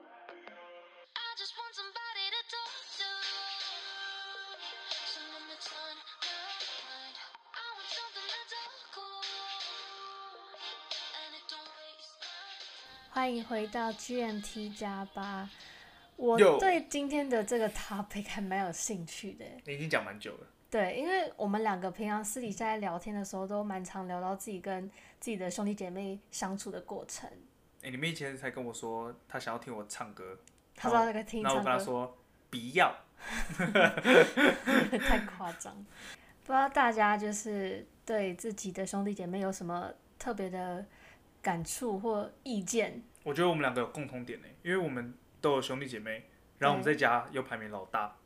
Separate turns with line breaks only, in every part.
I just want somebody to talk to. Someone that's on my mind. I want something that's all cool. And it don't waste my time.
欢迎回到 GMT 加八。我
Yo
对今天的这个 topic 还蛮有兴趣的耶，
你已经讲蛮久了，
对，因为我们两个平常私底下在聊天的时候，都蛮常聊到自己跟自己的兄弟姐妹相处的过程。
哎、你们以前才跟我说他想要听我唱歌，
他说他在听
然后
唱
我跟他
歌，
说不要，
太夸张。 不知道大家就是对自己的兄弟姐妹有什么特别的感触或意见？
我觉得我们两个有共同点呢、因为我们都有兄弟姐妹，然后我们
对
在家又排名老大，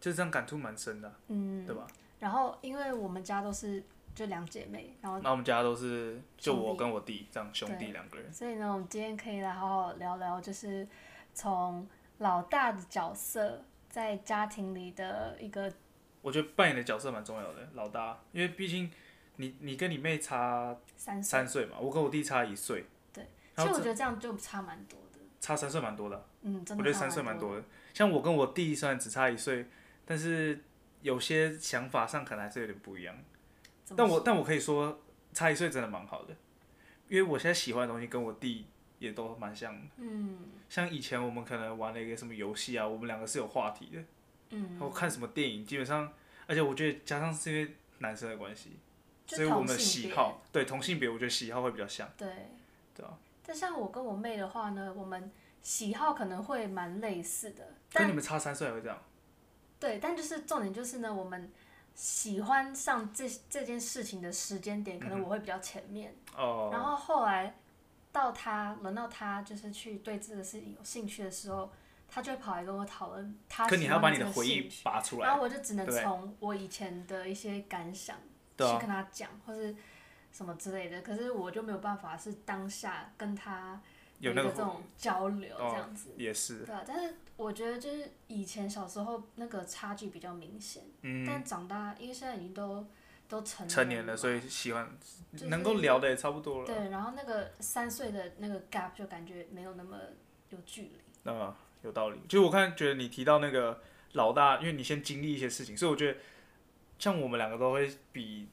就这样感触蛮深的啊、
嗯，
对吧？
然后因为我们家都是就两姐妹，然后
那我们家都是就
兄
我
弟
跟我弟这样兄弟
哦对
两个人，
所以呢，我们今天可以来好好聊聊，就是从老大的角色在家庭里的一个
我觉得扮演的角色蛮重要的，老大，因为毕竟你你跟你妹差
三岁。
三岁嘛，我跟我弟差一岁，
对，其
然
实我
后这
觉得这样就差蛮多的。
差三岁蛮多的啊、
嗯，真
我
的。
觉得三岁蛮多。的。像我跟我弟虽然只差一岁，但是有些想法上可能还是有点不一样。
怎么
但我
说
但我可以说，差一岁真的蛮好的，因为我现在喜欢的东西跟我弟也都蛮像的。
嗯
像以前我们可能玩了一个什么游戏啊，我们两个是有话题的。
嗯，
我看什么电影，基本上，而且我觉得加上是因为男生的关系，
就
所以我
同
们
性
喜
别
好对同性别，我觉得喜好会比较像，
对。
对啊。
但像我跟我妹的话呢，我们喜好可能会蛮类似的，
跟
但
你们差三岁还会这样，
对，但就是重点就是呢，我们喜欢上这这件事情的时间点，可能
嗯哼
我会比较前面。
哦、
然后后来到他轮到他就是去对这个事情有兴趣的时候，他就会跑来跟我讨论他
可你
喜
还要把
欢
你
这
的
个
回
兴
忆
趣，
拔出
然
来
后，我就只能
对
从我以前的一些感想去
对啊
跟他讲，或是什么之类的。可是我就没有办法是当下跟他
有
一
那
个
个哦
这种交流这样子。
也是，
对啊，但是我觉得就是以前小时候那个差距比较明显，
嗯。
但长大因为现在已经都都成
成年
了
了，
嘛
所以喜欢
就是
能够聊的也差不多了。
对，然后那个三岁的那个 gap 就感觉没有那么有距离。
那、有道理。就是我看觉得你提到那个老大，因为你先经历一些事情，所以我觉得像我们两个都会比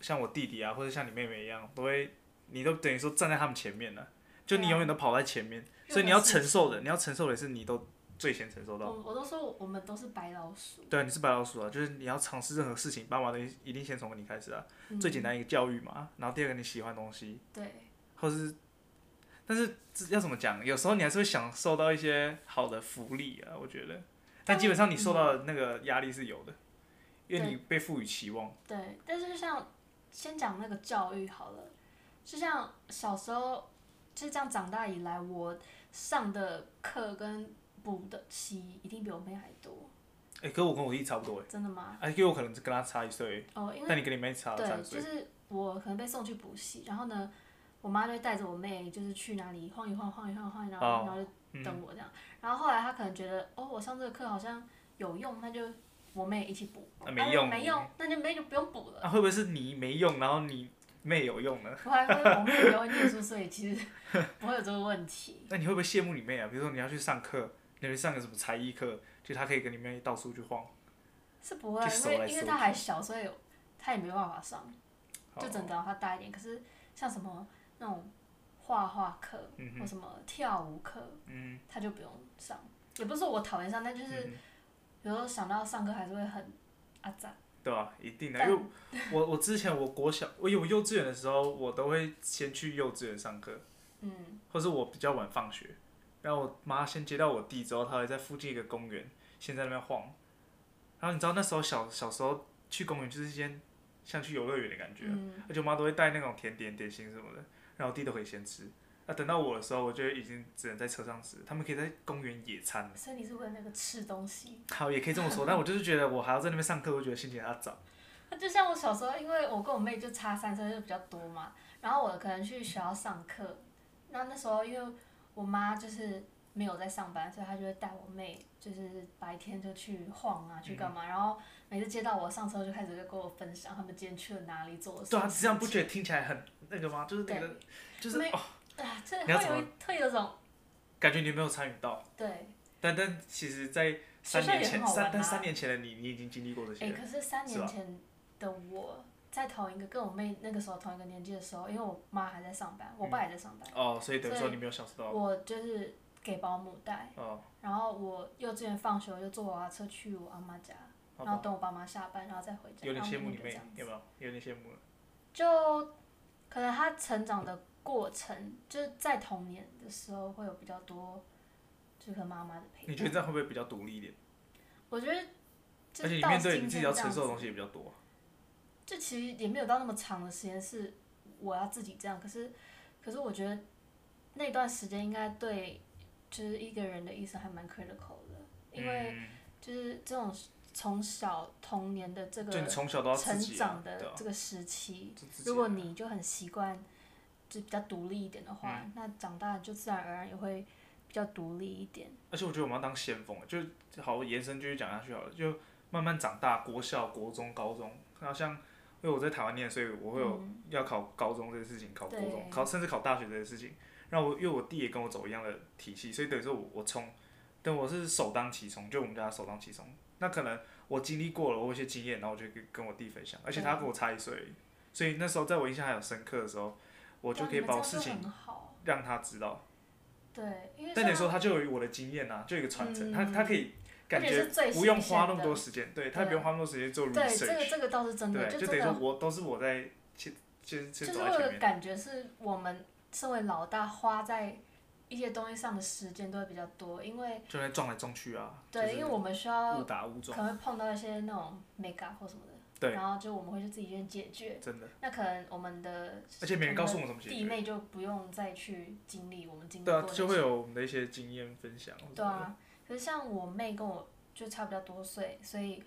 像我弟弟啊，或者像你妹妹一样，都会你都等于说站在他们前面了、就
对啊
你永远都跑在前面，所以你要承受的，你要承受的是你都最先承受到。
我我都说我们都是白老鼠，
对啊，你是白老鼠啊，就是你要尝试任何事情，爸妈都一定先从你开始啊。
嗯
最简单一个教育嘛，然后第二个你喜欢的东西，
对，
或是，但是这要怎么讲？有时候你还是会享受到一些好的福利啊，我觉得。但基本上你受到的那个压力是有的，因为你被赋予期望。
对，但是就像先讲那个教育好了，就像小时候就这样长大以来，我上的课跟补的习一定比我妹还多，
哎、可我跟我弟差不多哎、
真的吗？
而且我可能是跟他差一岁，
哦，因为
但你跟你妹差了
对，
三
就
岁。
是我可能被送去补习，然后呢，我妈就会带着我妹，就是去哪里晃一晃，晃一晃，晃一晃，
哦
然后就等我这样。然后后来她可能觉得，哦，我上这个课好像有用，那就我妹一起补。
啊没
啊
用
没用，那就妹就不用补了。
啊，会不会是你没用，然后你妹有用呢？
我还会，我妹也会念书，所以其实 不会有这个问题。
那你会不会羡慕你妹啊？比如说你要去上课，你要去上个什么才艺课，就她可以跟你妹到处去晃。
是不会啊，
就
因
手来
为因为
手
她
去
还小，所以她也没办法上，
好
就只能
哦
等到她大一点。可是像什么那种画画课
嗯
或
哼，
什么跳舞课，
嗯
他就不用上。也不是说我讨厌上，但就是
嗯，
有时候想到上课还是会很阿杂。
对啊？一定的，因
但
为 我我之前我国小，我有幼稚园的时候，我都会先去幼稚园上课，
嗯，
或是我比较晚放学，然后我妈先接到我弟之后，她会在附近一个公园，先在那边晃。然后你知道那时候小小时候去公园就是一件像去游乐园的感觉，
嗯
而且我妈都会带那种甜点、点心什么的，然后我弟都可以先吃。那、等到我的时候，我就已经只能在车上吃，他们可以在公园野餐了。
所以你是为了那个吃东西，
好，也可以这么说，但我就是觉得我还要在那边上课，我觉得心情很早。
就像我小时候，因为我跟我妹就差三岁就比较多嘛，然后我可能去学校上课，那那时候因为我妈就是没有在上班，所以她就会带我妹，就是白天就去晃啊，去干嘛，
嗯
然后每次接到我上车就开始就跟我分享他们今天去了哪里，做了什
对
么
啊，
事
这
情。
样不觉得听起来很那个吗？就是那个，就是
没
哦，
啊，这
你要
会
怎
有一会有一种
感觉你没有参与到，
对，
但但其实，在三
学校
年
也很好
前，
玩
三
啊
但三年前的你，你已经经历过这些
哎、
了。
可是三
是
年
吧
前的我在同一个跟我妹那个时候同一个年纪的时候，因为我妈还在上班，我爸也在上班，
哦，所以等于说
所以
你没有享受到
我就是给保姆带，
哦，
然后我幼稚园放学我就坐娃娃车去我阿妈家，
好
然后
吧，
等我爸妈下班，然后再回家。
有点羡慕你
然后每
妹
天，就
有
这
没
样子
有？有点羡慕了。
就可能他成长的过程，就是在童年的时候会有比较多，就是和妈妈的陪伴。
你觉得这样会不会比较独立一点？
我觉得就
而且
是
你
到
面对
今
你自己
天
要
这
承
样
受的东
子，啊
西也比较多。
就其实也没有到那么长的时间是我要自己这样，可是可是我觉得那段时间应该对就是一个人的一生还蛮 critical 的，因为
嗯
就是这种从小童年的这个
就你从小都要自
成
己啊
长
对
的
啊
这个时期，
就自己啊
如果
来
你就很习惯，就比较独立一点的话，
嗯
那长大就自然而然也会比较独立一点。
而且我觉得我们要当先锋，就好延伸继续讲下去好了，就慢慢长大，国校、国中、高中，然后像因为我在台湾念，所以我会有要考高中这件事情，考国中，
对
考甚至考大学这件事情。然后我因为我弟也跟我走一样的体系，所以等于说我我从，等我是首当其冲，就我们家首当其冲。那可能我经历过了，我有一些经验，然后我就跟跟我弟分享，而且他
对
跟我差一岁而已，所以那时候在我印象还有深刻的时候，我
对
就
啊
可以
你们
把
这
我
样
事
就
情
很好，
让他知道。
对，因为
但你说
像
他就有我的经验啊，就有一个传承，
嗯
他他可以感
而且
觉
是最
不用
新鲜
花那么
的
多时间，对他不用花那么多时间做
对这个
research，
这个倒是真的，
对，
就
就
真
等于说
的
我都是我在其就是
就
就是走
会
在前
有
面，
感觉是我们身为老大花在一些东西上的时间都会比较多，因为
就在撞来撞去啊，
对，
就是
因为我们需
误
要
打误
可
撞，
能会碰到一些那种 make up 或什么的，
对，
然后就我们会去自己去解决。
真的，
那可能我们的，
而且没人告诉我
我
们怎么
们
解
弟
决，
妹就不用再去经历我们经历
对
过
啊
的，
就会有嗯我们的一些经验分享，或者
对啊。可是像我妹跟我就差比较多岁，所以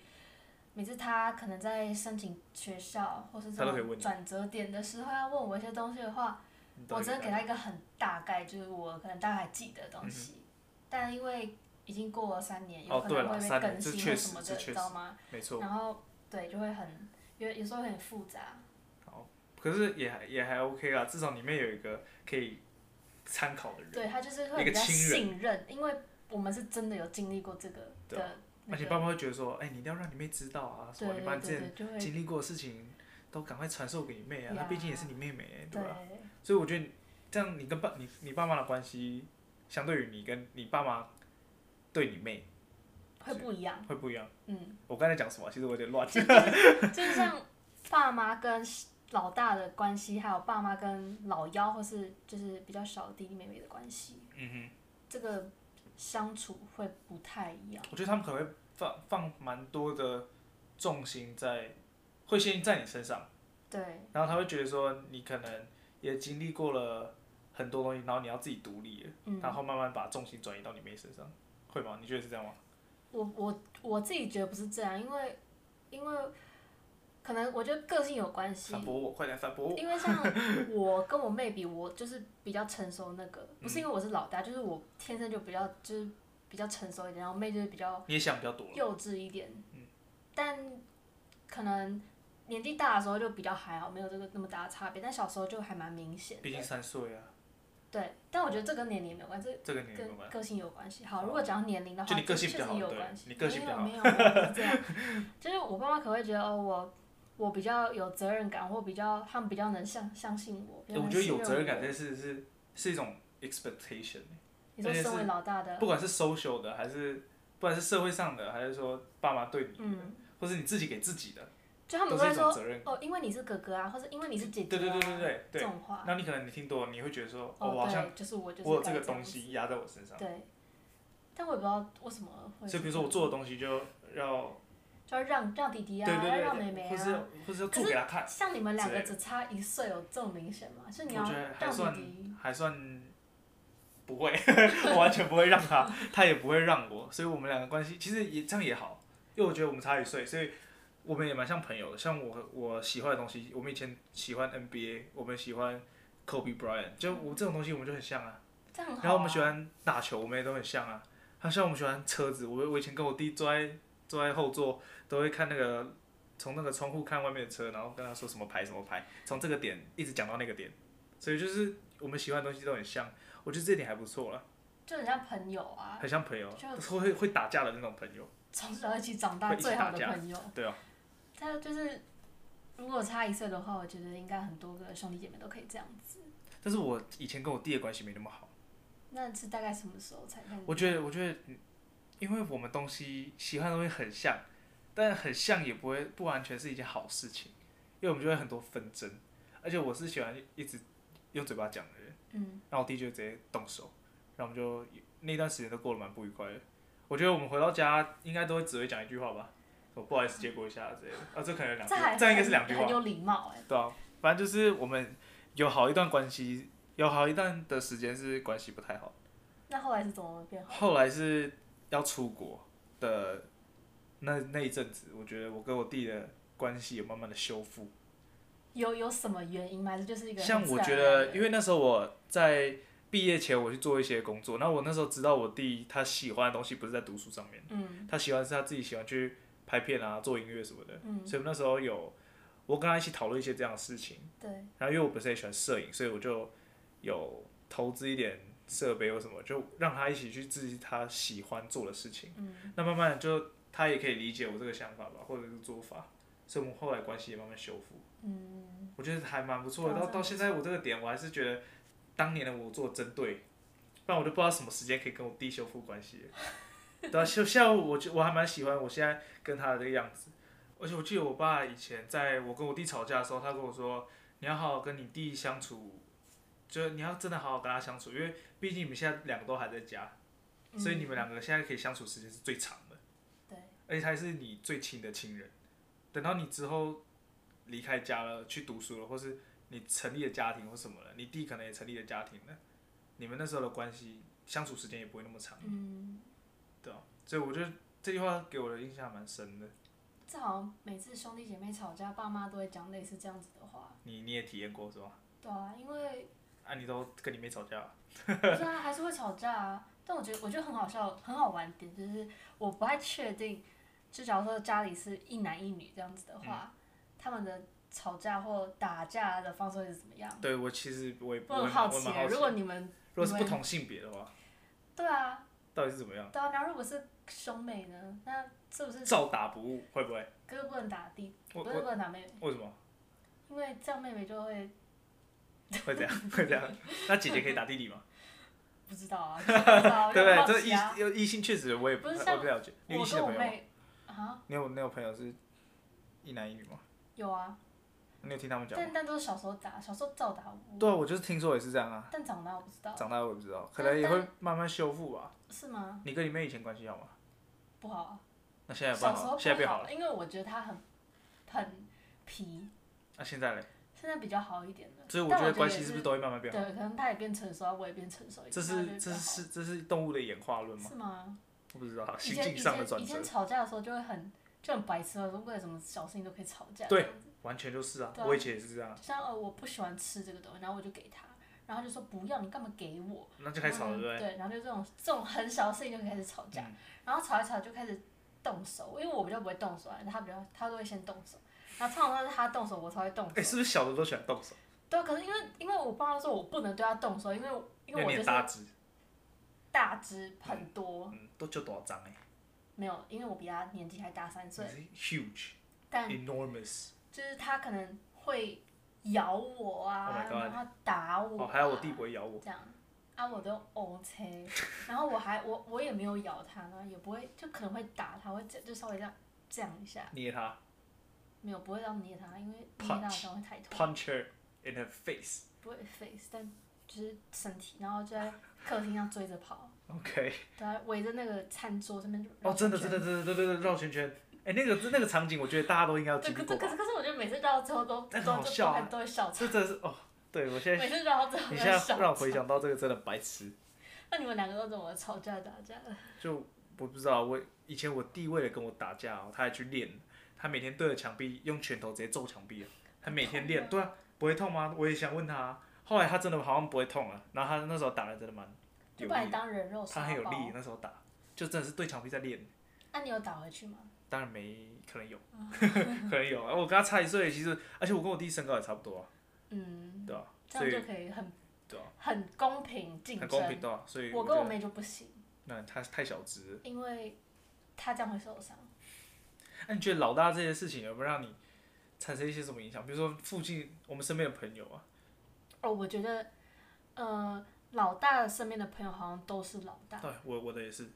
每次她可能在申请学校或是这
她都可以问
种
你
转折点的时候要问我一些东西的话，
你到
我
底
只能给
该
她一个很大概，就是我可能大概记得的东西，但因为已经过了三年，有
嗯哦
可
对
能
啦
会被
三年
更
这
新
确
或
实
什么
这
的，
确
你知道吗？
没错，
然后对，就会很有有时候会很复杂，
可是也还也还 OK 啦，至少里面有一个可以参考的人，
对他就是
一
会
个
比较
亲人
信任，因为我们是真的有经历过这个
对
的那
而且爸
个，
妈会觉得说，哎，你一定要让你妹知道啊，什
对
么你
对
把你之前
对对，就会
经历过的事情都赶快传授给你妹啊，
呀
她毕竟也是你妹妹、对
对
吧、所以我觉得这样，你跟爸你你爸妈的关系，相对于你跟你爸妈对你妹
会不一样，
会不一样。
嗯，
我刚才讲什么？其实我有点乱。
就是像爸妈跟老大的关系，还有爸妈跟老幺或是就是比较小的弟弟妹妹的关系，
嗯
这个相处会不太一样
哼，。我觉得他们可能会放放蛮多的重心在，会先在你身上，
对
然后他会觉得说你可能也经历过了很多东西，然后你要自己独立了，
嗯
然后慢慢把重心转移到你妹身上，会吗？你觉得是这样吗？
我我我自己觉得不是这样，因为因为可能我觉得个性有关系
反，驳我，快点反驳我。
因为像我跟我妹比，我就是比较成熟那个，不是因为我是老大，就是我天生就比较就是比较成熟一点，然后妹就是比较
你也想比较多了。
幼稚一点。但可能年纪大的时候就比较还好，没有这个那么大的差别，但小时候就还蛮明显
毕竟
的。
三岁啊，
对，但我觉得这跟年龄没有关系，
这个你
这
有没有
跟
办法？
个性有关系。好，
好
如果讲到年龄的话，
就你个性比
确
较
实
好
有
对
关系。
你个性比较好
没有没有，没 有不是这样。就是我爸妈可能会觉得哦，我我比较有责任感，或比较他们比较能相相信我。比较
欸我
能
觉得
信
有
任
责任
我
感这件事是是一种 expectation，
你说
而且
身为
是
老大的
不，管是 social 的还是不管是社会上的，还是说爸妈对你，
嗯，
或是你自己给自己的，
就他们都
都是
会
一种
说
责任。
哦，因为你是哥哥啊，或者因为你是姐姐、
对
啊，
对对对对
这
对。
种话。
那你可能你听多了，你会觉得说，哦，
哦，
我好像
对，就是我就是
我有
该
这个
样
东
子
西压在我身上，
对，但我也不知道为什么会。
所以比如说我做的，东西就要，
就要让让弟弟
对
啊，
对对
要让妹
对，
妹
或是
啊。
或是要
可
做
是
给他看，
像你们两
之
个
类的
只差一岁，有这么明显吗？就是你
我
要
觉得还
让
算
弟弟，
还算不会， 我完全不会让他，他也不会让我，所以我们两个关系其实也这样也好，因为我觉得我们差一岁，所以我们也蛮像朋友的。像我我喜欢的东西，我们以前喜欢 NBA，我们喜欢 Kobe Bryant，就我这种东西我们就很像啊。
这样很好、啊。
然后我们喜欢打球，我们也都很像啊。还有像我们喜欢车子，我我以前跟我弟坐在坐在后座，都会看那个从那个窗户看外面的车，然后跟他说什么牌什么牌，从这个点一直讲到那个点，所以就是我们喜欢的东西都很像，我觉得这点还不错了，
就很像朋友啊，
很像朋友
就，
会会打架的那种朋友，
从小一起长大
会一起
最好
打
的
架
朋友。
对啊，
他就是如果差一岁的话，我觉得应该很多个兄弟姐妹都可以这样子。
但是我以前跟我弟的关系没那么好，
那是大概什么时候才开始？
我觉得我觉得，嗯因为我们东西喜欢的东西很像，但很像也不会不完全是一件好事情，因为我们就会很多纷争，而且我是喜欢一直用嘴巴讲的人。
嗯，
然后我弟就直接动手，然后我们就那段时间都过得蛮不愉快的。我觉得我们回到家应该都会只会讲一句话吧，我不好意思借过一下之类的。啊，这可能有两句
这还，
这样应该是两句
很
话，
有礼貌哎、
对啊。反正就是我们有好一段关系，有好一段的时间是关系不太好。
那后来是怎么变好？
后来是要出国的那那一阵子，我觉得我跟我弟的关系有慢慢的修复。
有有什么原因吗？还是就是一个
像我觉
很自然而然
得，
的
因为那时候我在毕业前我去做一些工作，那我那时候知道我弟他喜欢的东西不是在读书上面，
嗯
他喜欢是他自己喜欢去拍片啊、做音乐什么的，
嗯
所以我们那时候有我跟他一起讨论一些这样的事情。
对
然后因为我本身也喜欢摄影，所以我就有投资一点设备或什么，就让他一起去自己他喜欢做的事情。
嗯
那慢慢的就他也可以理解我这个想法吧，或者是做法，所以我们后来关系也慢慢修复。
嗯
我觉得还蛮不错的。
对啊
到到现在我这个点，我还是觉得当年的我做得真对，不然我就不知道什么时间可以跟我弟修复关系了。对啊，就像我就我还蛮喜欢我现在跟他的这个样子，而且我记得我爸以前在我跟我弟吵架的时候，他跟我说你要好好跟你弟相处，就是你要真的好好跟他相处，因为毕竟你们现在两个都还在家，所以你们两个现在可以相处时间是最长的。
嗯对，
而且他还是你最亲的亲人。等到你之后离开家了，去读书了，或是你成立了家庭或什么了，你弟可能也成立了家庭了，你们那时候的关系相处时间也不会那么长，
嗯，
对啊所以我觉得这句话给我的印象蛮深的。
这好像每次兄弟姐妹吵架，爸妈都会讲类似这样子的话。
你你也体验过是吧？
对啊，因为
啊，你都跟你妹吵架了，
不是啊，还是会吵架啊。但我觉得，我觉得很好笑，很好玩点就是，我不太确定，就假如说家里是一男一女这样子的话，他们的吵架或打架的方式会是怎么样？
对我其实我也
我
我也
很
蛮
好
我也
奇
蛮好
欸，
奇
如果你们
如果是
你
不
们
同性别的话，
对啊，
到底是怎么样？
对啊，然后如果是兄妹呢，那是不是
照打不误会不会？
哥哥不能打弟，
我
不是
我
不能打妹妹，
为什么
因为这样妹妹就会
会这样 会这样？那姐姐可以打弟弟吗？
不知道 啊，就是不知道
对
因为
不
好
对？这
奇啊
异有异性确实我也不
不是
太
像
我不了解。你有异
我
性
跟
的
我
朋友吗？
妹啊，
你有你有朋友是一男一女吗？
有啊，
你有听他们讲
但
吗？
但都是小时候打，小时候照打我，
对啊，我就是听说也是这样啊。
但长大我不知道，
长大我也不知道，可
但
能也会
但
慢慢修复吧。
是吗？
你跟你妹以前关系好吗？
不好啊。
那现在有
小
办
时
法
候
吗，现在
不
变
好
好了。
因为我觉得他很很皮，
那现在嘞？
现在比较好一点了。
所以我
但
觉
我
得
觉
关
得
系
也
是不是都会慢慢
对，
变好？
可能他也变成熟啊，我也变成熟一点，
这
然后就比
是这
较
是
好
是这是动物的演化论吗
是？吗？
我不知道，
以
心
前
境
以
上的
前
转
以
折
前，吵架的时候就会很就很白痴，说为什么小事情都可以吵架？
对
这样子，
完全就是啊。
对啊
我以前也是这样啊，
就像呃我不喜欢吃这个东西，然后我就给他，然后他就说不要，你干嘛给我？
那就开始吵了，
嗯
对不对？
然后就这种这种很小的事情就开始吵架，
嗯
然后吵一吵就开始动手，因为我比较不会动手啊，他比较他都会先动手，然后通常都是他动手我才会动手。
哎，是不是小的都喜欢动手？
对啊，可是因为因为我爸妈说我不能对他动手，因为因
因
为
为
我
你
就是
很大只，
大只很多，
嗯，都就多少张哎？
没有，因为我比他年纪还大三岁，
你是 huge
但
enormous。
就是他可能会咬我啊
Oh my god
然后打我、
哦，还有我弟不会咬我。
这样啊，我都 OK，然后我还我我也没有咬他呢，也不会就可能会打他，会这就稍微这样这样一下，
捏他
没有不会这样捏他，因为捏他好
Punch
像会太痛。
，punch her in her face。
不会 face，但就是身体，然后就在客厅上追着跑，
OK，
对啊，围着那个餐桌上面绕
哦，真的，
圈
真的，真的，对对对，绕圈圈。哎，那个那个场景，我觉得大家都应该要
对，
经
可
历
是
过
可
吧
是？可是，我觉得每次绕到最后都
但
都
很好笑啊
都都会笑场，
这真的是哦，对我现在
每次绕到最后
你
都
现
会
在
笑
让我回
场。
想到这个，真的白痴。
那你们两个都怎么吵架打架的？
就我不知道，我以前我弟为了跟我打架哦，他还去练，他他每天对着墙壁用拳头直接揍墙壁啊，他每天练，对啊，不会痛吗？我也想问他啊、后来他真的好像不会痛了、然后他那时候打的真的蛮有
就
力
把你
的，
当人肉
他
沙
很有
包。
力，那时候打就真的是对墙壁在练。
那、你有打回去吗？
当然没，可能有，
哦
可能有。啊。我跟他差一岁，其实，而且我跟我弟身高也差不多啊，
嗯，
对吧、
这
所
样
以
就可以很
对啊
很公平竞
很
争。
公平，对吧、所以
我
觉
跟
得
我妹就不行，
那他太小只了。
因为她这样会受伤。
那你觉得老大这些事情有没有让你产生一些什么影响？比如说附近我们身边的朋友啊，
哦，我觉得，呃，老大身边的朋友好像都是老大。
对我我的也是。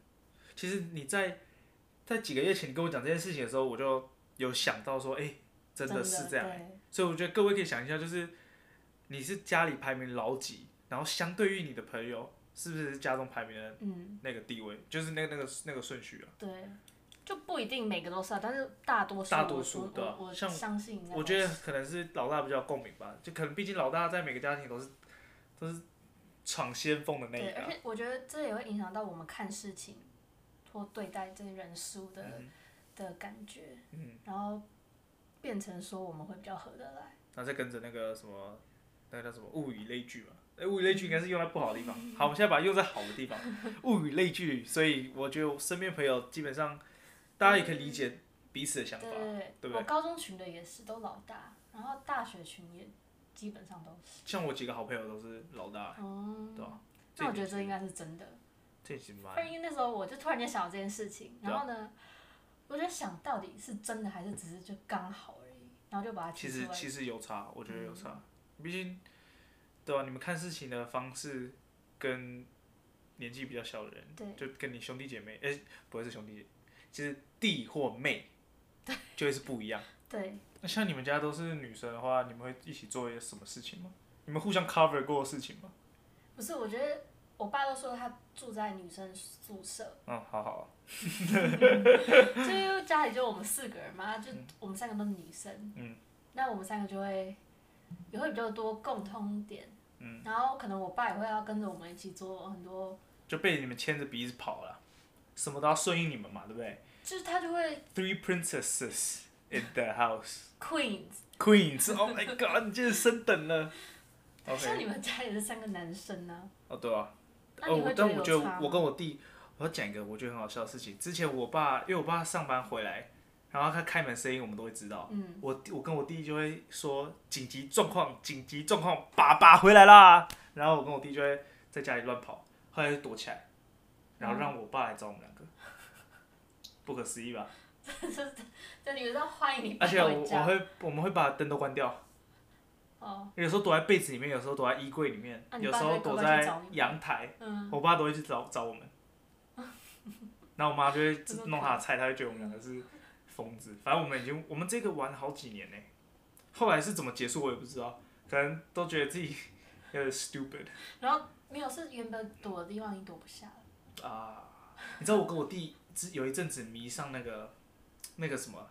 其实你在在几个月前你跟我讲这件事情的时候，我就有想到说，哎、真的是这样、欸
对
所以我觉得各位可以想一下，就是你是家里排名老几，然后相对于你的朋友，是不是家中排名的
嗯，
那个地位，就是那个那个那个顺序啊。
对，就不一定每个都是啊，但是大多数
大
我
多
我
数对啊
我我
像
相信应该
我
都
觉得
是
可能是老大比较共鸣吧，就可能毕竟老大在每个家庭都是都是闯先锋的那一
对，
个
而
啊。
且我觉得这也会影响到我们看事情或对待这些人事物的、
嗯
的感觉，
嗯，
然后变成说我们会比较合得来。
然后再跟着那个什么，那个叫什么物以类聚嘛。哎，物以类聚应该是用在不好的地 方。好，我们现在把它用在好的地方。物以类聚，所以我觉得我身边朋友基本上大家也可以理解彼此的想法
对。对
对不对
我高中群的也是都老大，然后大学群也基本上都是。
像我几个好朋友都是老大，
哦、
对吧？
那我觉得
这
这应该是真的。
这已经蛮
不然因为那时候我就突然间想到这件事情，
啊
然后呢，我就想到底是真的还是只是就刚好而已，然后就把它
其
提
实
出来。嗯
其实有差，我觉得有差，毕竟，对啊吧、你们看事情的方式跟年纪比较小的人，
对
就跟你兄弟姐妹，哎、不会是兄弟姐，其实弟或妹，就会是不一样。
对，
那像你们家都是女生的话，你们会一起做一些什么事情吗？你们互相 cover 过的事情吗？
不是，我觉得我爸都说他住在女生宿舍，
嗯，好好，
就因为家里就我们四个人嘛，就我们三个都是女生，
嗯，
那我们三个就会也会比较多共通点，
嗯，
然后可能我爸也会要跟着我们一起做很多，
就被你们牵着鼻子跑了，什么都要顺应你们嘛，对不对
就是他就会
？Three princesses in the house,
queens，
queens. Oh my god！你真是升等了。OK。
像你们家也是三个男生呢、
哦，对啊，
那
哦，
你
我
会觉
但
得
我
有
觉
差
得我跟
吗
我弟，我要讲一个我觉得很好笑的事情。之前我爸，因为我爸上班回来，然后他开门声音我们都会知道。
嗯，
我弟我跟我弟就会说紧急状况，紧急状况，爸爸回来啦。然后我跟我弟就会在家里乱跑，后来就躲起来，然后让
嗯
我爸来找我们两个，不可思议吧？
就是就你们都欢迎你爸
而且我
回
我
家，
会我们会把灯都关掉，
哦，
有时候躲在被子里面，有时候躲在衣柜里面，
啊你
有
爸
时
就
候
会
躲
乖乖去
在
找你
阳台。
嗯，
我爸都会去找找我们， 然后我妈就会
真的
弄他的菜，她会觉得我们两个是疯子。反正我们已经我们这个玩了好几年呢、后来是怎么结束我也不知道，可能都觉得自己 有点 stupid
然后没有是原本躲的地方已经躲不下了，
啊。你知道我跟我弟之有一阵子迷上那个那个什么，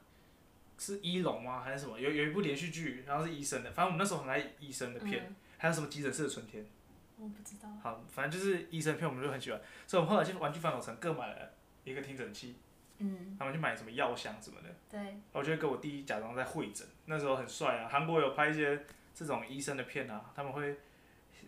是医龙吗还是什么？有有一部连续剧，然后是医生的，反正我们那时候很爱医生的片，
嗯，
还有什么急诊室的春天。
我不知道，
好，反正就是医生片我们就很喜欢，所以我们后来去玩具反斗城各买了一个听诊器，
嗯，
他们去买什么药箱什么的，
对，
我就会跟我弟假装在会诊，那时候很帅啊，韩国有拍一些这种医生的片啊，他们会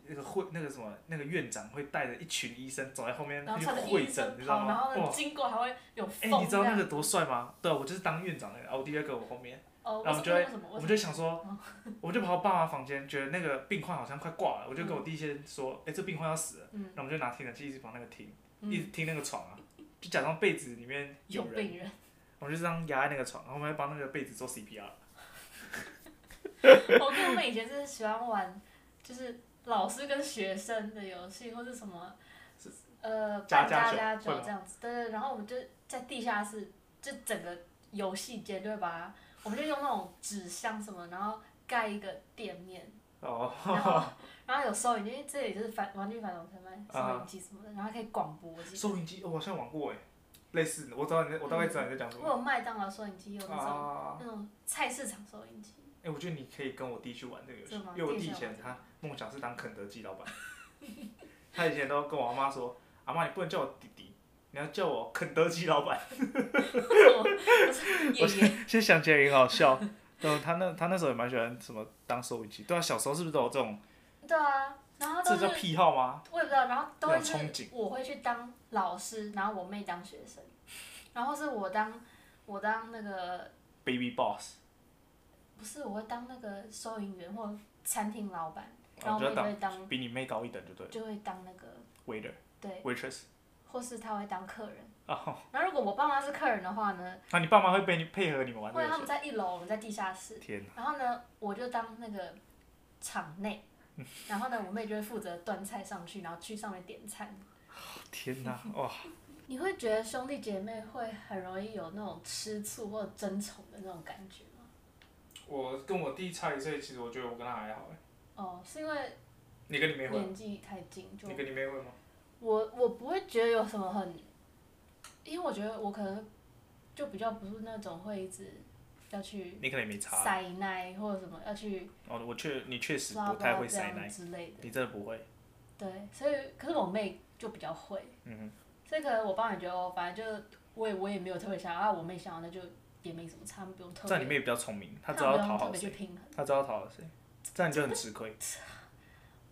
那个会那个什么那个院长会带着一群医生走在后面
然后
去
穿着
会
医
诊
生，
你知道
袍，然
吗？
后呢
哇！
经过还会有
哎、
风，
你知道那个多帅吗？对啊，我就是当院长那个，啊我弟就跟我后面，
哦，
然
我哦
后我
是
们就会
什么？
我
是
们就想说， 我就跑到爸妈房间，觉得那个病患好像快挂了，我就跟我弟先说， 哎、这病患要死了，
嗯
然后我们就拿听诊器一直往那个听，
嗯
一直听那个床啊，就假装被子里面
有
人，
病人，
我们就这样压在那个床，然后我们还帮那个被子做 CPR。
我哦跟我们以前是喜欢玩，就是老师跟学生的游戏或是什么，呃，
家
扮
家
家家
酒会
酒
吗
这样子，对对，对然后我们就在地下室，就整个游戏间就会把它，我们就用那种纸箱什么，然后盖一个店面。
哦，
然后然后有收银机，因为这里就是反玩具反斗城嘛，收
啊
银机什么的，然后还可以广播这些。
收音机，哦我好像玩过哎，类似的，我知道你在，我大概知道你在讲什
嗯我
么。
有麦当劳收银机，有那种、
啊，
那种菜市场收 银机，
哎，我觉得你可以跟我弟去玩这个游戏，
真的吗
因为我弟以
弟也想玩
前
这个
他梦想 是当肯德基老板，他以前都跟我阿妈说，阿妈你不能叫我弟弟，你要叫我肯德基老板，
我是爷爷，
现在想起来也很好笑。 然后他那他那时候也蛮喜欢什么当收音机，对啊，小时候是不是都有这种
对啊，然后
这
都
叫
是
癖好吗？
我也不知道，然后都会
那种憧
是
憬
我会去当老师，然后我妹当学生，然后是我当我当那个
Baby Boss，
不是我会当那个收银员或餐厅老板，
哦
然后
就
我
要
妹
当
会当
比你妹高一等就对了
就会当那个
，waiter
对，
waitress。
或是她会当客人。
哦，
然后如果我爸妈是客人的话呢，
啊那、你爸妈会被你配合你们玩这
会他
个
们
游
在一楼，我们在地下室
戏？。天哪，
然后呢，我就当那个场 内，然后呢，我妹就会负责端菜上去，然后去上面点餐。
天哪，哇！
你会觉得兄弟姐妹会很容易有那种吃醋或争宠的那种感觉吗？
我跟我弟差一岁，其实我觉得我跟他还好哎。
哦，是因为
你跟你妹会吗？
年纪太近，嗯就
你跟你妹会吗？
我我不会觉得有什么很，因为我觉得我可能就比较不是那种会一直要去
你可能也没差。
塞奶或者什么要去
哦，我确你确实
抓
不太会
这
塞
样
奶，
之类的。
你真的不会。
对，所以可是我妹就比较会，
嗯
所以可能我爸也觉得哦，反正就我也我也没有特别想要啊，我妹想要那就也没什么差，不用特
哼，
别。
这样你妹比较聪明，她知
那我
道
不
要
用
讨
特
好
别去嗯
谁，
平衡。
她知道讨好谁，这样你就很吃亏。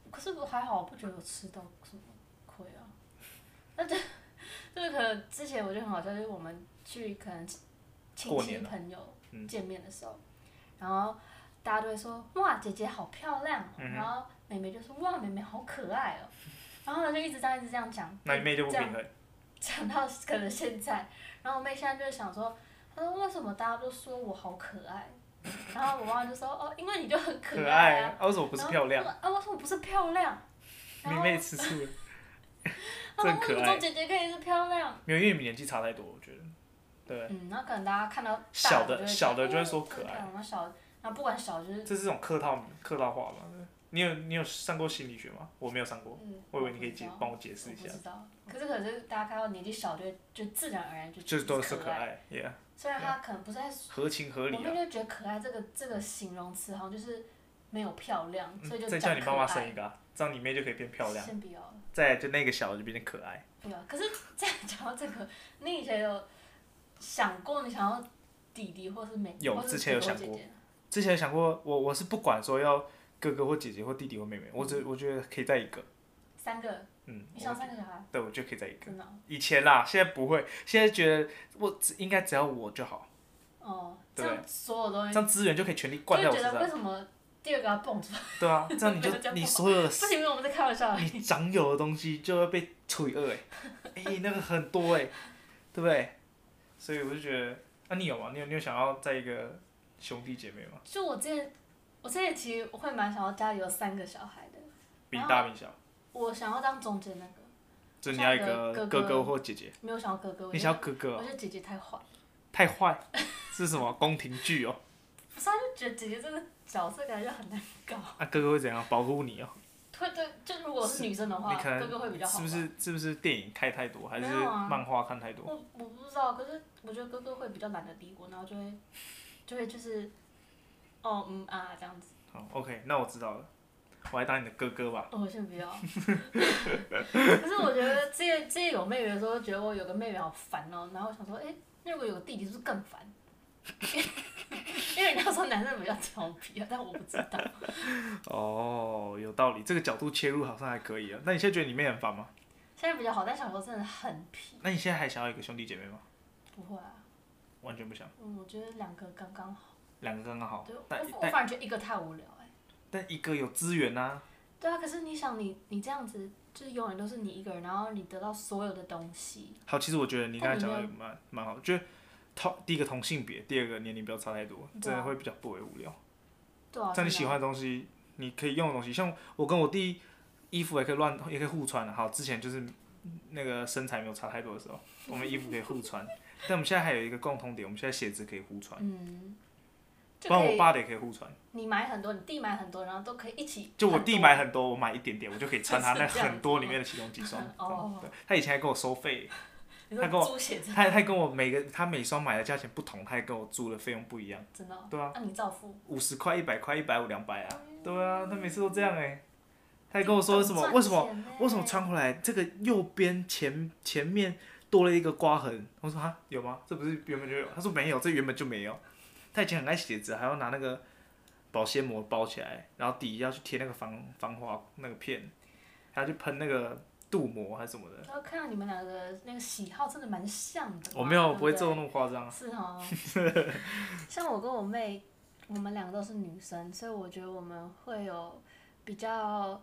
可是我还好，我不觉得我吃到什么亏啊。那这就是可能之前我就很好笑，就是我们去可能亲亲
过
戚
年啊
朋友
嗯
见面的时候，然后大家都会说哇姐姐好漂亮、哦，
嗯哼
然后妹妹就说哇妹妹好可爱哦，然后呢就一直这样一直这样讲，
那你妹就不
这样
平衡，
讲到可能现在，然后我妹现在就想说，她说为什么大家都说我好可爱？然后我妈就说哦，因为你就很可
可
爱
爱
啊。
啊，为什么不是漂亮？
然后我说啊，为什么不是漂亮？
你
然后
妹吃醋了，
她说为
真
什
可
么
爱
做。姐姐可以是漂亮？
没有，因为你们年纪差太多，我觉得。对，
嗯，那可能大家看到
小
大
的
就会
小的
觉得
就会说
哦
可爱
然后小，然后不管小就是
这是这种客套客套话嘛。对你有你有上过心理学吗？我没有上过，
嗯，
我以为你可以
不知
解
道
帮我解释
我
一
不
下
知，道，可是可是大家看到年纪小就会就自然而然就
就是都
是
是可
爱，
爱，yeah，
虽然她可能不是在
合情合理
我妹
啊。
就觉得可爱这个这个形容词好像就是没有漂亮，所以就
嗯再
讲
叫你
可
爸妈
爱
生一个啊，这样你妹就可以变漂亮。
先不要了，
再来就那个小的就变成可爱。
不要。可是再讲到这个，你以前有想过你想要弟弟或是妹？
有
或是
之前有
哥哥
想过
姐姐
之前想过，我我是不管说要哥哥或姐姐或弟弟或妹妹，我只我觉得可以再一个，
三个，
嗯，
嗯你想
我
要三个小孩，
对我就可以再一个。
真的哦
以前啦，现在不会，现在觉得我只应该只要我就好，
哦，这
对不对
样所有东
这
西，
样资源就可以全力
嗯就
灌在
会
我
觉
身
得为
上。
什么第二个要蹦出来？
对啊，这样你
没有这
就
样
你
不好
所有的
不行，我们在开玩笑而已。
哎你长有的东西就会被除以二 哎，哎、那个很多哎、对不对？所以我就觉得，啊，你有吗？你有你有想要在一个兄弟姐妹吗？
就我之前，我之前其实我会蛮想要家里有三个小孩的，
比大比小，
我想要当中间那个，
就你要一
哦像个
个
哥
哥
哥
哥或姐姐，
没有想要哥哥，我
你
觉
想
得
要哥哥、
我
哦，
觉得姐姐太坏。
太坏，是什么宫廷剧哦？
不是，他就觉得姐姐这个角色感觉很难搞。
啊，哥哥会怎样保护你哦？
会对，就如果我是女生的话，
你可能
哥哥会比较好
是
吧。
不是是不是电影看太多，还是
没有啊
漫画看太多？
我我不知道，可是我觉得哥哥会比较懒得理我，然后就会就会就是，哦嗯啊这样子。
好，OK，那我哦知道了，我来当你的哥哥吧。
哦，我先不要。 可是我觉得之前之前有妹妹的时候，觉得我有个妹妹好烦哦，然后我想说，哎、那如果有个弟弟是不是更烦？ 因为人家说男生比较调皮啊，但我不知道。
哦，有道理，这个角度切入好像还可以啊。那你现在觉得你妹很烦吗？
现在比较好，但小时候真的很皮。
那你现在还想要一个兄弟姐妹吗？
不会啊，
完全不想，
嗯，我觉得两个刚刚好。
两个刚刚好
对，。
但
我我
但
反而觉得一个太无聊哎、
但一个有资源啊，
对啊，可是你想你，你这样子就是永远都是你一个人，然后你得到所有的东西，
好，其实我觉得你刚才讲
但
的
你
蛮蛮好，就是同第一个同性别，第二个年龄不要差太多，
对啊
真的会比较不为无聊。
对啊。
像你
真的
喜欢的东西，你可以用的东西，像我跟我弟衣服也可以乱，也可以互穿。好，之前就是那个身材没有差太多的时候，我们衣服可以互穿，但我们现在还有一个共同点，我们现在鞋子可以互穿，
嗯，就
不然
可
我
以
爸的也可以互穿。
你买很多，你弟买很多，然后都可以一起。
就我弟买很多，我买一点点，我就可以穿他 那
是这样子。
很多里面的其中几双
哦
对，他以前还跟我收费。
很多，你
他跟我
说租鞋子，
他他跟我每个他每双买的价钱不同，他也跟我租的费用不一样，
真的哦、
对啊
那、你照付，
五十块、一百块、一百五、两百啊，对啊，他每次都这样哎、他还跟我说什么为什么
么
为什么穿回来这个右边前前面多了一个刮痕。”我说：“啊，有吗？这不是原本就有？”他说：“没有，这原本就没有。”他以前很爱写字，还要拿那个保鲜膜包起来，然后底要去贴那个防防滑那个片，还要去喷那个镀膜还是什么的。
然后啊看到你们俩的那个喜好真的蛮像的嘛。
我没有，我
对
不会
对
做那么夸张啊。
是哦， 像我跟我妹，我们两个都是女生，所以我觉得我们会有比较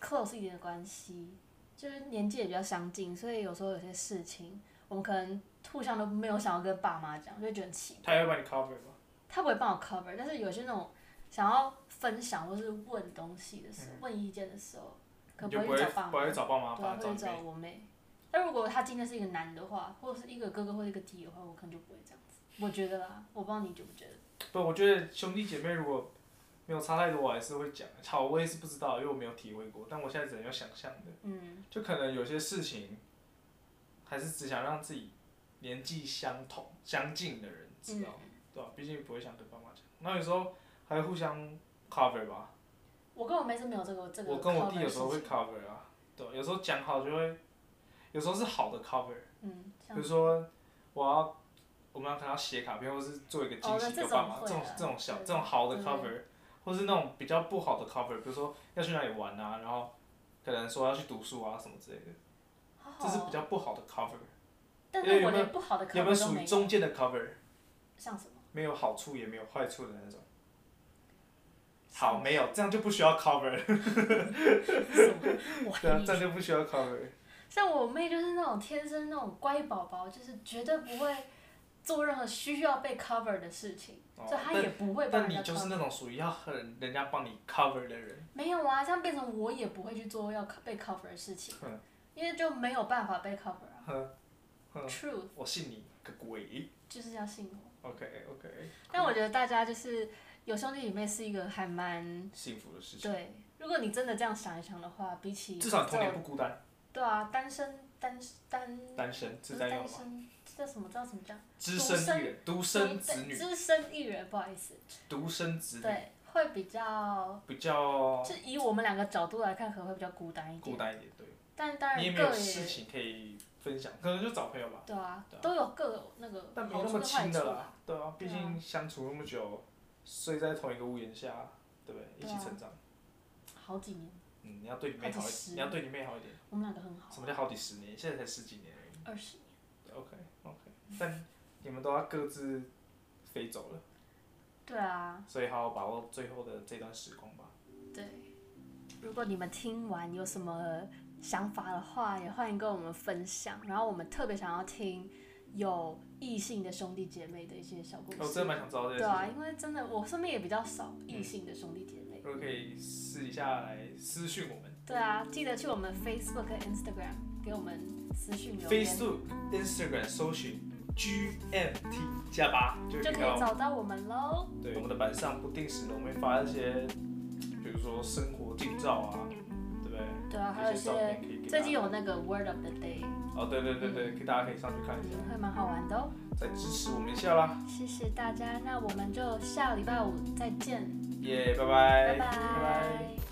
close 一点的关系，就是年纪也比较相近，所以有时候有些事情，我们可能互相都没有想要跟爸妈讲，就会觉得很奇怪。
他也会帮你 cover 吗？
他不会帮我 cover，但是有些那种想要分享或是问东西的时候，问意见的时候，可
嗯你就
能
不
不会
会
去找爸妈。
不会找爸妈，
对啊，
帮
会
你
去
找
找
你妹。
我妹。但如果他今天是一个男的话，或者是一个哥哥或者一个弟的话，我可能就不会这样子。我觉得啦，我不知道你觉不觉得。
不，我觉得兄弟姐妹如果没有差太多，我还是会讲。好，我也是不知道，因为我没有体会过，但我现在只能用想象的。
嗯，
就可能有些事情，还是只想让自己年纪相同、相近的人
嗯
知道，对啊吧、毕竟不会想跟爸妈讲。那有时候还会互相 cover 吧。
我跟我妹是没有这个这个。
我跟我弟有时候会。cover 啊，对，有时候讲好就会，有时候是好的 cover，
嗯，
比
像
如说我要我们可能要写卡片，或是做一个惊
哦
喜
那
给
这
爸
种
妈，
会
这种
啊
这种小
对
这种好的
对
cover，或是那种比较不好的 cover，比如说要去哪里玩啊，然后可能说要去读书啊什么之类的，
好好
这是比
哦。
较不好的 cover。
但
因为
是
有
我
没有
连不好的
有
cover
没有
都
属于
没
中间的 cover，
像什么？
没有好处也没有坏处的那种？好，没有，这样就不需要 cover，了
什么？我
对啊，
黑
这样就不需要 cover。
像我妹就是那种天生那种乖宝宝，就是绝对不会做任何需要被 cover 的事情，
哦
所以她也不会帮
但
人
你
家
就是那
cover。
种属于要很人家帮你 cover 的人，
没有啊，这样变成我也不会去做要 co- 被 cover 的事情
嗯，
因为就没有办法被 cover 啊。
哼哼，
Truth
我信你个鬼
就是要信我。
！OK OK，
但我觉得大家就是有兄弟姐妹是一个还蛮
幸福的事情，
对。如果你真的这样想一想的话，比起
至少你童年
这
不
种
孤单，
对啊，单身单单
单身
不
自
是
在用
单
吧，
身，这叫什么？这叫什么叫？
只身一人，独生子女，
资深艺人，不好意思，
独生子女
对，会比较，
比较
就以我们两个角度来看，可能会比较孤单一
孤
点。
单一点，对，
但当然
你也没有
各
事
也
情可以分享，可能就找朋友吧。
对啊
对啊，
都有各有那个
但没
好
那
处
么
跟坏
亲
处
的
啦
啦。，对啊，毕竟相处那么久，睡在同一个屋檐下，对不对？一
对
起
啊
成长，
好几年，
嗯，你要对你妹好
好
一
几十
你要对你妹好一点。
我们两个很好
什，么叫好几十年？现在才十几年而已。
二十年。
OK OK，但你们都要各自飞走了，
对啊，
所以好好把握最后的这段时光吧。
对，如果你们听完有什么想法的话，也欢迎跟我们分享。然后我们特别想要听有异性的兄弟姐妹的一些小故
哦我
事。
真的嗯蛮想知道这
对
件事
啊，
情。
因为真的我身边也比较少异性的兄弟姐妹。
如果可以试一下来私讯我们
对啊，记得去我们 Facebook 和 Instagram 给我们私讯留言
，Facebook、Instagram 搜寻 GMT 加八，就可
就
以
可
看到
以找到我们喽。
对，我们的板上不定时的我们会发一些，比如说生活近照啊，对不对？
对啊，还有一
照
些
片可以给大
最
家
近有那个 Word of the Day，
哦，对对对对，可以大家可以上去看一下，
会蛮好玩的哦。
再支持我们一下啦，
谢谢大家，那我们就下礼拜五再见，
耶、拜
拜
拜
拜